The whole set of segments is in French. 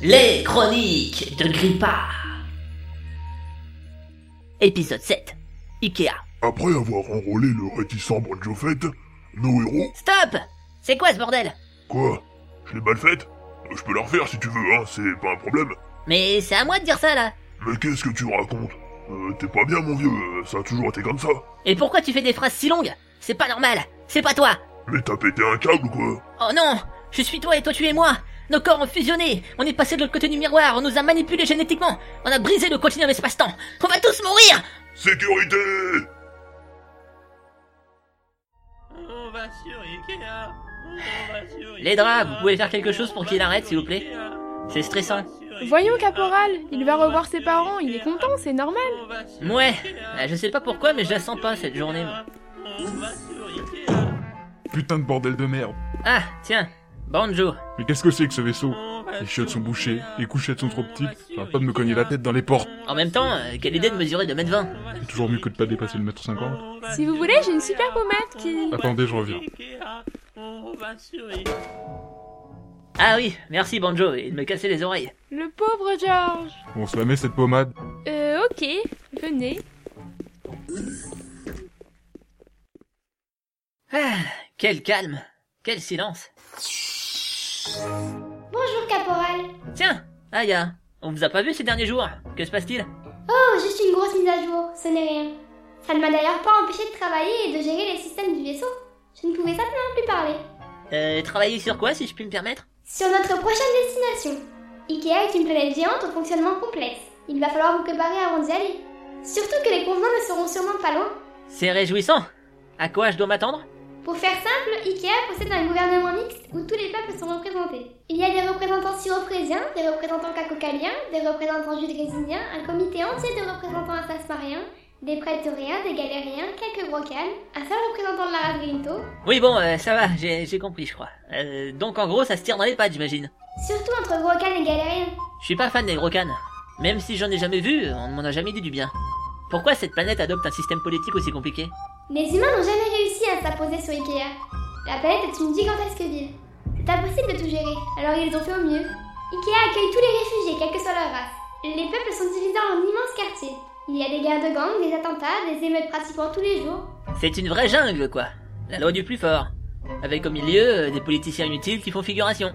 Les chroniques de Grippard. Épisode 7. Ikea. Après avoir enrôlé le réticent Banjo Fett, nos héros. Stop C'est quoi ce bordel Quoi Je l'ai mal faite Je peux la refaire si tu veux, hein, c'est pas un problème. Mais c'est à moi de dire ça là Mais qu'est-ce que tu racontes Euh, T'es pas bien, mon vieux, euh, ça a toujours été comme ça. Et pourquoi tu fais des phrases si longues C'est pas normal C'est pas toi Mais t'as pété un câble ou quoi Oh non Je suis toi et toi tu es moi Nos corps ont fusionné On est passé de l'autre côté du miroir On nous a manipulés génétiquement On a brisé le continuum espace-temps On va tous mourir Sécurité On va sur Ikea. On va sur Les draps, vous pouvez faire quelque chose pour qu'il arrête, s'il vous plaît C'est stressant. Voyons, caporal, il va revoir ses parents, il est content, c'est normal. Ouais, euh, je sais pas pourquoi, mais je la sens pas cette journée. moi. On va sur Ikea. Putain de bordel de merde. Ah, tiens, Banjo. Mais qu'est-ce que c'est que ce vaisseau On va Les sur chiottes sont bouchées, Ikea. les couchettes sont trop petites, On ça va va pas de me cogner la tête dans les portes. En même temps, euh, quelle idée de mesurer 2m20 C'est toujours mieux que de pas dépasser le mètre cinquante. Si vous voulez, j'ai une super pommade qui... Attendez, je reviens. Ikea. On va sur Ikea. Ah oui, merci Banjo, et de me casser les oreilles. Le pauvre George. On se la met cette pommade. Euh, ok, venez. Ah, quel calme, quel silence. Bonjour caporal. Tiens, Aya, on vous a pas vu ces derniers jours. Que se passe-t-il Oh, juste une grosse mise à jour, ce n'est rien. Ça ne m'a d'ailleurs pas empêché de travailler et de gérer les systèmes du vaisseau. Je ne pouvais simplement plus parler. Euh, travailler sur quoi, si je puis me permettre Sur notre prochaine destination. Ikea est une planète géante au fonctionnement complexe. Il va falloir vous préparer avant d'y aller. Surtout que les convenants ne seront sûrement pas loin. C'est réjouissant. À quoi je dois m'attendre Pour faire simple, Ikea possède un gouvernement mixte où tous les peuples sont représentés. Il y a des représentants syroprésiens, des représentants cacocaliens, des représentants judrésiens, un comité entier de représentants assasmariens, des prétoriens, des galériens, quelques brocales, un seul représentant de la race Grinto, Oui, bon, euh, ça va, j'ai j'ai compris, je crois. Euh, donc en gros, ça se tire dans les pattes, j'imagine. surtout entre brocales et galériens. Je suis pas fan des gros cannes. Même si j'en ai jamais vu, on ne m'en a jamais dit du bien. Pourquoi cette planète adopte un système politique aussi compliqué Les humains n'ont jamais réussi à s'imposer sur Ikea. La planète est une gigantesque ville. C'est impossible de tout gérer, alors ils ont fait au mieux. Ikea accueille tous les réfugiés, quelle que soit leur race. Les peuples sont divisés en immenses quartiers. Il y a des guerres de gangs, des attentats, des émeutes pratiquement tous les jours. C'est une vraie jungle, quoi. La loi du plus fort. Avec au milieu euh, des politiciens inutiles qui font figuration.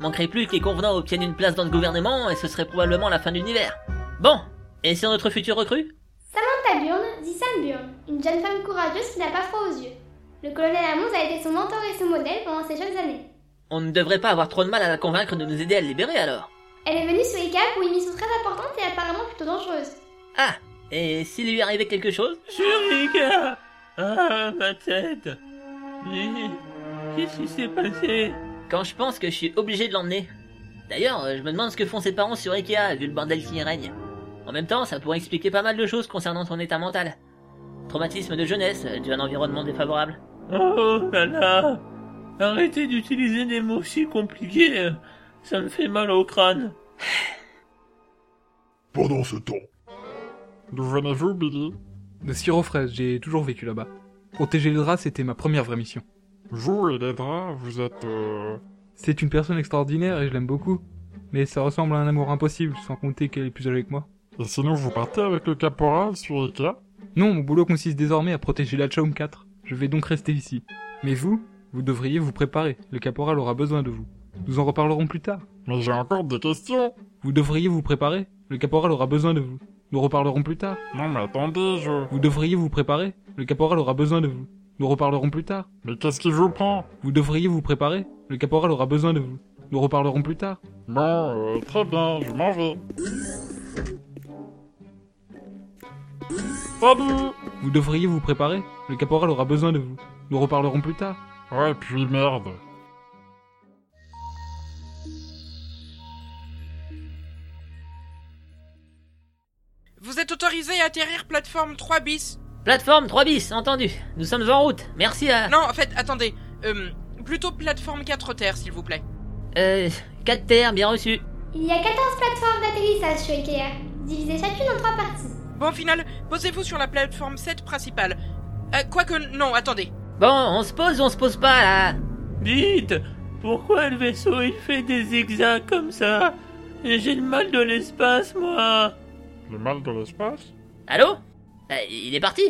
Manquerait plus que les convenants obtiennent une place dans le gouvernement et ce serait probablement la fin de l'univers. Bon, et sur notre futur recrue Samantha Burn dit Sam Burn, une jeune femme courageuse qui n'a pas froid aux yeux. Le colonel Hammonds a été son mentor et son modèle pendant ses jeunes années. On ne devrait pas avoir trop de mal à la convaincre de nous aider à le libérer alors. Elle est venue sur Ikea pour une mission très importante et apparemment plutôt dangereuse. Ah, et s'il lui arrivait quelque chose Sur Ikea. Ah, ma tête. Mais qu'est-ce qui s'est passé Quand je pense que je suis obligé de l'emmener. D'ailleurs, euh, je me demande ce que font ses parents sur Ikea, vu le bordel qui y règne. En même temps, ça pourrait expliquer pas mal de choses concernant son état mental. Traumatisme de jeunesse, euh, dû à un environnement défavorable. Oh là là Arrêtez d'utiliser des mots si compliqués. Ça me fait mal au crâne. Pendant ce temps, D'où venez-vous, Billy De sirop fraise, j'ai toujours vécu là-bas. Protéger le drap, c'était ma première vraie mission. Vous et les draps, vous êtes... euh, C'est une personne extraordinaire et je l'aime beaucoup. Mais ça ressemble à un amour impossible, sans compter qu'elle est plus âgée que moi. Et sinon, vous partez avec le caporal sur Ikea Non, mon boulot consiste désormais à protéger la Chaume 4. Je vais donc rester ici. Mais vous, vous devriez vous préparer. Le caporal aura besoin de vous. Nous en reparlerons plus tard. Mais j'ai encore des questions Vous devriez vous préparer. Le caporal aura besoin de vous. Nous reparlerons plus tard. Non mais attendez, je... Vous devriez vous préparer. Le caporal aura besoin de vous. Nous reparlerons plus tard. Mais qu'est-ce qui vous prend Vous devriez vous préparer. Le caporal aura besoin de vous. Nous reparlerons plus tard. Bon, euh, très bien, je m'en vais. Salut Vous devriez vous préparer, le caporal aura besoin de vous. Nous reparlerons plus tard. Ouais, puis merde. Vous êtes autorisé à atterrir plateforme 3 bis. Plateforme 3 bis, entendu. Nous sommes en route. Merci à... Non, en fait, attendez. Euh, plutôt plateforme 4 terre, s'il vous plaît. Euh, 4 terres, bien reçu. Il y a 14 plateformes d'atterrissage sur Ikea, divisées chacune en trois parties. Bon, au final, posez-vous sur la plateforme 7 principale. Euh, Quoique, non, attendez. Bon, on se pose ou on se pose pas, là Dites, pourquoi le vaisseau il fait des zigzags comme ça Et J'ai le mal de l'espace, moi. Le mal de l'espace Allô Bah, il est parti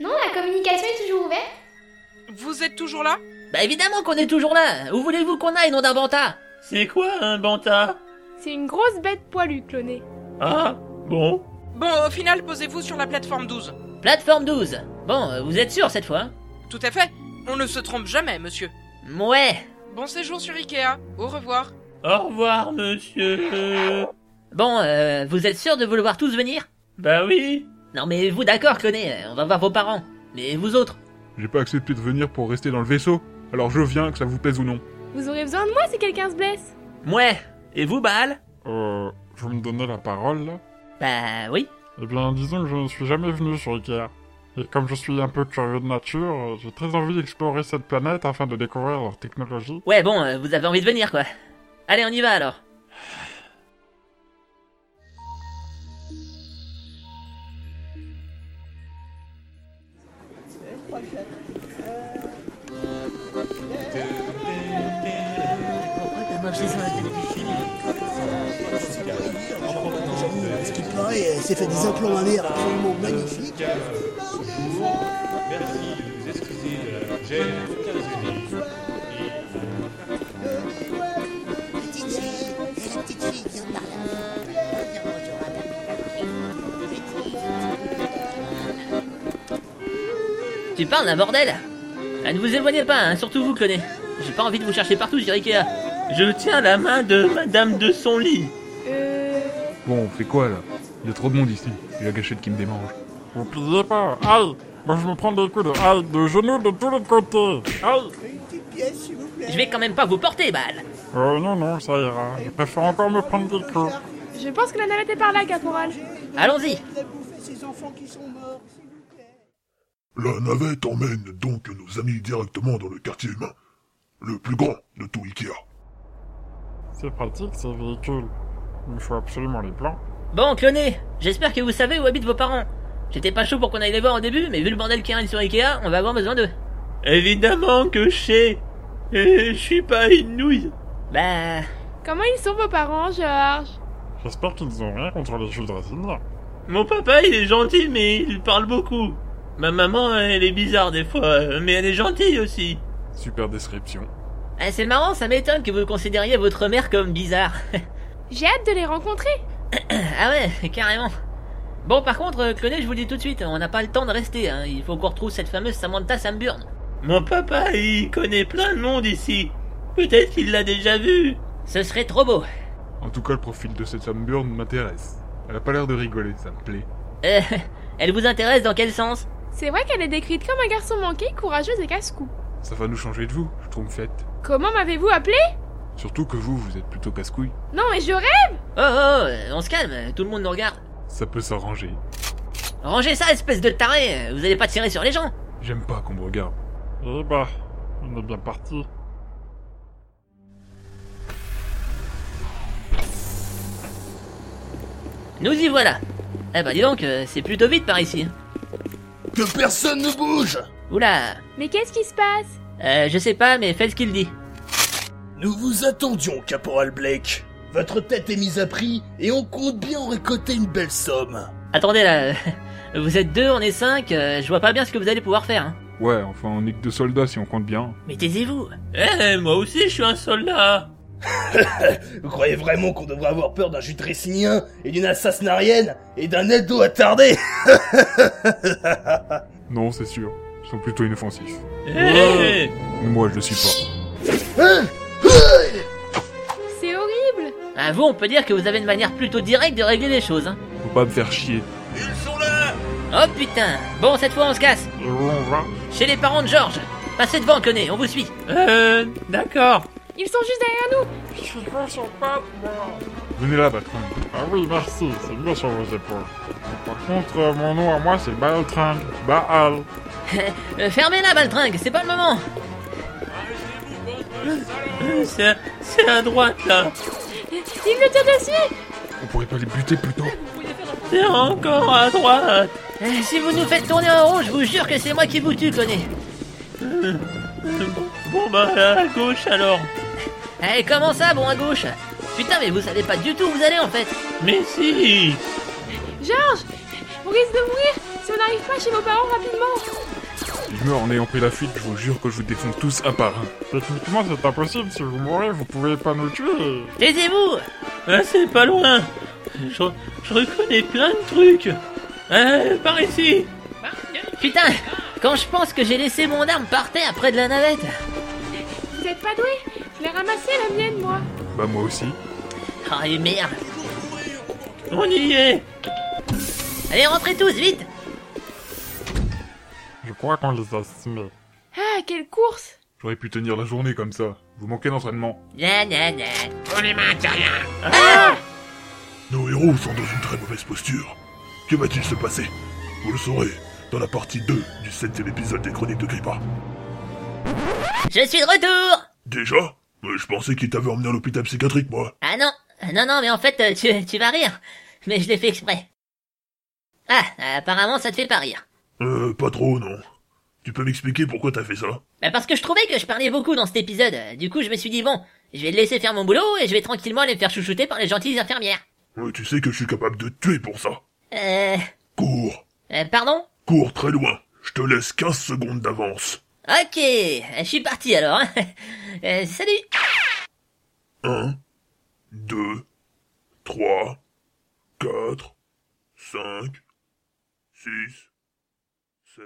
Non, la communication est toujours ouverte. Vous êtes toujours là Bah évidemment qu'on est toujours là Où voulez-vous qu'on aille, nom d'un banta C'est quoi un banta C'est une grosse bête poilue clonée. Ah, bon. Bon, au final, posez-vous sur la plateforme 12. Plateforme 12 Bon, euh, vous êtes sûr cette fois hein Tout à fait. On ne se trompe jamais, monsieur. Mouais Bon séjour sur Ikea. Au revoir. Au revoir, monsieur. Bon, euh, vous êtes sûr de vouloir tous venir Bah oui. Non mais vous d'accord, connaît, on va voir vos parents. Mais vous autres J'ai pas accepté de venir pour rester dans le vaisseau. Alors je viens, que ça vous plaise ou non. Vous aurez besoin de moi si quelqu'un se blesse. Mouais Et vous, Baal Euh, vous me donnez la parole là Bah oui. Eh bien, disons que je ne suis jamais venu sur Ikea. Et comme je suis un peu curieux de nature, euh, j'ai très envie d'explorer cette planète afin de découvrir leur technologie. Ouais, bon, euh, vous avez envie de venir quoi. Allez, on y va alors. Ce qui paraît, elle s'est fait des implants mammaires absolument magnifiques. Petite fille, petite fille, viens par là. Viens, je rattrape. Petite fille. Tu parles d'un bordel Ah, Ne vous éloignez pas, hein, surtout vous, cloné. J'ai pas envie de vous chercher partout sur Ikea. Je tiens la main de Madame de son lit. Euh. Bon, on fait quoi là Il y a trop de monde ici. J'ai la gâchette qui me démange. Vous pliez pas Aïe Moi je me prends des coups de aïe, de genoux de tous les côtés Aïe Une petite pièce, s'il vous plaît. Je vais quand même pas vous porter, Baal. Oh non, non, ça ira. Je préfère encore me prendre des coups. Je pense que la navette est par là, caporal. Allons-y. Vous avez bouffé ces enfants qui sont morts, s'il vous plaît. La navette emmène donc nos amis directement dans le quartier humain, le plus grand de tout Ikea. C'est pratique ces véhicules. Il me faut absolument les plans. Bon, cloné, j'espère que vous savez où habitent vos parents. J'étais pas chaud pour qu'on aille les voir au début, mais vu le bordel qui règne sur Ikea, on va avoir besoin d'eux. Évidemment que je sais. Et je suis pas une nouille. Bah... Comment ils sont vos parents, Georges J'espère qu'ils ont rien contre les jeux de racines. Mon papa, il est gentil, mais il parle beaucoup. Ma maman, elle est bizarre des fois, euh, mais elle est gentille aussi. Super description. Ah, c'est marrant, ça m'étonne que vous considériez votre mère comme bizarre. J'ai hâte de les rencontrer. ah ouais, carrément. Bon, par contre, euh, cloné, je vous le dis tout de suite, on n'a pas le temps de rester. hein. Il faut qu'on retrouve cette fameuse Samantha Samburn. Mon papa, il connaît plein de monde ici. Peut-être qu'il l'a déjà vu. Ce serait trop beau. En tout cas, le profil de cette Sam Burn m'intéresse. Elle a pas l'air de rigoler, ça me plaît. Euh, elle vous intéresse dans quel sens C'est vrai qu'elle est décrite comme un garçon manqué, courageux et casse-cou. Ça va nous changer de vous, je trouve fête. Comment m'avez-vous appelé Surtout que vous, vous êtes plutôt casse-couille. Non, mais je rêve Oh, oh, euh, on se calme, tout le monde nous regarde. Ça peut s'arranger. Rangez ça, espèce de taré, vous allez pas tirer sur les gens. J'aime pas qu'on me regarde. Eh bah, on est bien parti. Nous y voilà. Eh bah dis donc, euh, c'est plutôt vite par ici. Que personne ne bouge Oula, Mais qu'est-ce qui se passe euh, je sais pas, mais faites ce qu'il dit. Nous vous attendions, Caporal Blake. Votre tête est mise à prix et on compte bien en récolter une belle somme. Attendez là, euh, vous êtes deux, on est cinq, euh, je vois pas bien ce que vous allez pouvoir faire. hein. Ouais, enfin, on est que deux soldats si on compte bien. Mais taisez-vous. Eh, moi aussi, je suis un soldat. Vous croyez vraiment qu'on devrait avoir peur d'un jutrécinien et d'une assassinarienne et d'un ado attardé Non, c'est sûr. Ils sont plutôt inoffensifs. Eh, Ouais. Mais Moi, je le suis pas. C'est horrible Ah, vous, on peut dire que vous avez une manière plutôt directe de régler les choses. hein. Faut pas me faire chier. Oh putain Bon, cette fois on se casse. Et où on va Chez les parents de Georges. Passez devant, connaît, on vous suit. euh, d'accord. Ils sont juste derrière nous Je suis pas sur pattes, moi Venez là, Batrin. Ah oui, merci, c'est bien sur vos épaules. Par contre, euh, mon nom à moi, c'est Baal-Tring. Baal. Euh, Fermez-la, Baltringue, c'est pas le moment. Euh, C'est c'est à droite, là. Ils me tirent dessus On pourrait pas les buter plutôt C'est encore à droite. Euh, si vous nous faites tourner en rond, je vous jure que c'est moi qui vous tue, connaît. Bon, bah, à gauche, alors. Eh, comment ça, bon à gauche Putain, mais vous savez pas du tout où vous allez en fait Mais si Georges On risque de mourir si on n'arrive pas chez nos parents rapidement Il meurt en ayant pris la fuite, je vous jure que je vous défonce tous un par un. Techniquement, c'est impossible. Si vous mourrez, vous pouvez pas nous tuer. Taisez-vous Ah, c'est pas loin je, je reconnais plein de trucs Ah, par ici Putain, quand je pense que j'ai laissé mon arme par terre près de la navette Vous êtes pas doués Je l'ai ramassée la mienne, moi Bah moi aussi. Ah, et merde On y est Allez, rentrez tous, vite Je crois qu'on les a semés. Ah, quelle course J'aurais pu tenir la journée comme ça. Vous manquez d'entraînement. Gna gna gna Nos héros sont dans une très mauvaise posture. Que va-t-il se passer Vous le saurez dans la partie 2 du 7ème épisode des Chroniques de Grippa. Je suis de retour Déjà Mais Je pensais qu'il t'avait emmené à l'hôpital psychiatrique, moi. Ah non, non, non, mais en fait, euh, tu, tu vas rire. Mais je l'ai fait exprès. Ah, apparemment, ça te fait pas rire. Euh, pas trop, non. Tu peux m'expliquer pourquoi t'as fait ça Bah parce que je trouvais que je parlais beaucoup dans cet épisode. Euh, Du coup, je me suis dit, bon, je vais le laisser faire mon boulot et je vais tranquillement aller me faire chouchouter par les gentilles infirmières. Euh, Tu sais que je suis capable de te tuer pour ça. Euh... Cours euh, pardon Cours très loin Je te laisse 15 secondes d'avance. Ok, euh, je suis parti alors. hein. Euh, salut 1, 2, 3, 4, 5, 6, 7,